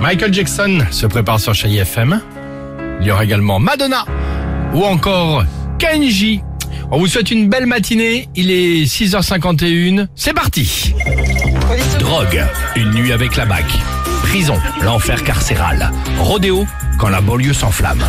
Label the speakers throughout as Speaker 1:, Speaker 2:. Speaker 1: Michael Jackson se prépare sur Chez FM. Il y aura également Madonna ou encore Kenji. On vous souhaite une belle matinée. Il est 6h51. C'est parti. Drogue, une nuit avec la BAC. Prison, l'enfer carcéral. Rodéo, quand la banlieue s'enflamme.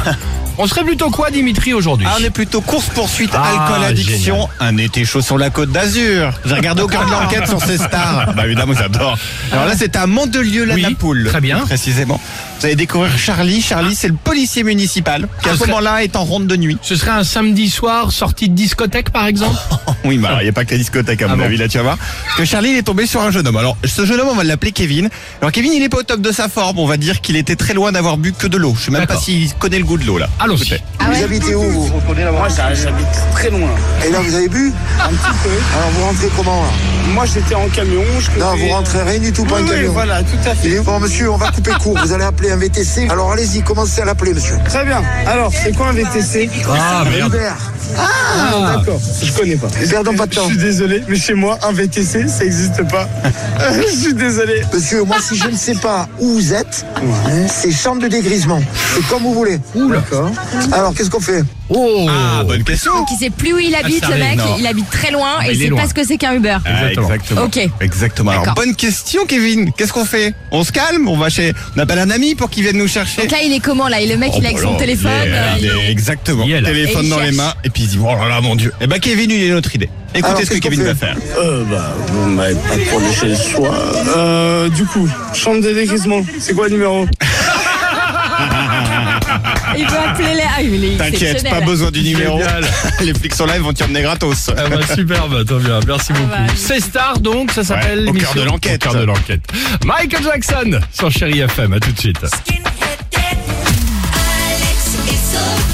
Speaker 1: On serait plutôt quoi, Dimitri, aujourd'hui
Speaker 2: Ah, on est plutôt course-poursuite,
Speaker 1: Ah,
Speaker 2: alcool, addiction. Un été chaud sur la côte d'Azur. J'ai regardé au cœur de l'enquête sur ces stars. Ah. Bah évidemment, j'adore. Alors là, c'est à Mandelieu, la
Speaker 1: Oui,
Speaker 2: Napoule.
Speaker 1: très bien.
Speaker 2: plus Précisément. Vous allez découvrir Charlie. Charlie, c'est le policier municipal qui, à
Speaker 1: Ce
Speaker 2: ce
Speaker 1: serait-
Speaker 2: moment-là, est en ronde de nuit.
Speaker 1: Ce serait un samedi soir, sortie de discothèque, par exemple
Speaker 2: Oh, Oui, mais alors, il n'y a pas que la discothèque, à mon
Speaker 1: Ah bon
Speaker 2: avis, là, tu vas voir. Parce que Charlie, il est tombé sur un jeune homme. Alors, ce jeune homme, on va l'appeler Kevin. Alors, Kevin, il n'est pas au top de sa forme. On va dire qu'il était très loin d'avoir bu que de l'eau. Je sais même pas
Speaker 1: D'accord.
Speaker 2: s'il connaît le goût de l'eau, là.
Speaker 1: Allons-y.
Speaker 3: Ah
Speaker 4: Vous habitez où vous
Speaker 3: Moi, j'ha- j'habite très loin.
Speaker 4: Et là vous avez bu
Speaker 3: Un petit peu.
Speaker 4: Alors vous rentrez comment là
Speaker 3: Moi, j'étais en camion. Je
Speaker 4: Non,
Speaker 3: faisais-
Speaker 4: vous rentrez rien du tout,
Speaker 3: Oui,
Speaker 4: pas un
Speaker 3: oui,
Speaker 4: camion.
Speaker 3: voilà, tout à fait.
Speaker 4: Il est- Bon monsieur, on va couper court, vous allez appeler un VTC. Alors allez-y, commencez à l'appeler monsieur.
Speaker 3: Très bien.
Speaker 4: Ah.
Speaker 3: Alors, c'est quoi un VTC
Speaker 1: Ah, merde.
Speaker 4: Hubert,
Speaker 3: Ah, d'accord. Je connais pas.
Speaker 4: perdons pas de
Speaker 3: Je
Speaker 4: temps.
Speaker 3: suis désolé, mais chez moi, un VTC, ça n'existe pas. Je suis désolé.
Speaker 4: Monsieur, moi si je ne sais pas où vous êtes, hein, c'est chambre de dégrisement. C'est comme vous voulez. D'accord. Alors qu'est-ce qu'on fait
Speaker 1: Oh
Speaker 2: Ah, bonne question.
Speaker 5: Donc il sait plus où il habite,
Speaker 1: Ah, ça
Speaker 5: le
Speaker 1: arrive,
Speaker 5: mec.
Speaker 1: non.
Speaker 5: Il habite très loin
Speaker 1: Ah,
Speaker 5: et
Speaker 1: il
Speaker 5: il
Speaker 1: est
Speaker 5: sait
Speaker 1: loin.
Speaker 5: pas ce que c'est qu'un Uber.
Speaker 2: Ah,
Speaker 1: Exactement.
Speaker 5: Ok.
Speaker 2: Exactement. Alors,
Speaker 5: D'accord.
Speaker 2: bonne question, Kevin. Qu'est-ce qu'on fait On se calme On va chez. On appelle un ami pour qu'il vienne nous chercher.
Speaker 5: Donc là, il est comment là Et le mec,
Speaker 2: Oh,
Speaker 5: il est avec
Speaker 2: bah
Speaker 5: son
Speaker 2: là,
Speaker 5: téléphone.
Speaker 2: il est-
Speaker 5: euh,
Speaker 2: il est- exactement.
Speaker 1: Il est là.
Speaker 5: Et
Speaker 2: Téléphone
Speaker 5: il
Speaker 2: dans les
Speaker 5: cherche.
Speaker 2: mains. Et puis il se dit Oh là là, mon Dieu. Eh ben, Kevin, il a une autre idée. Écoutez
Speaker 4: Alors,
Speaker 2: ce que
Speaker 4: qu'est-ce qu'on
Speaker 2: Kevin
Speaker 4: fait
Speaker 2: va faire.
Speaker 3: Euh, bah, vous m'avez pas trop chez soi. Euh, du coup, chambre de dégrisement, c'est quoi le numéro
Speaker 5: Il veut appeler les. Ah, il est
Speaker 2: T'inquiète, pas
Speaker 5: exceptionnel.
Speaker 2: besoin du numéro.
Speaker 1: Génial.
Speaker 2: les flics sont là, ils vont t'y emmener gratos.
Speaker 1: Ah bah, superbe, tant bien, merci
Speaker 5: bah,
Speaker 1: beaucoup.
Speaker 5: oui.
Speaker 1: C'est Star donc, ça s'appelle
Speaker 2: Ouais, au
Speaker 1: l'émission.
Speaker 2: cœur de l'enquête.
Speaker 1: Au cœur de l'enquête. Michael Jackson sur Chéri FM, à tout de suite.
Speaker 6: Skinhead, Alex et Sophie.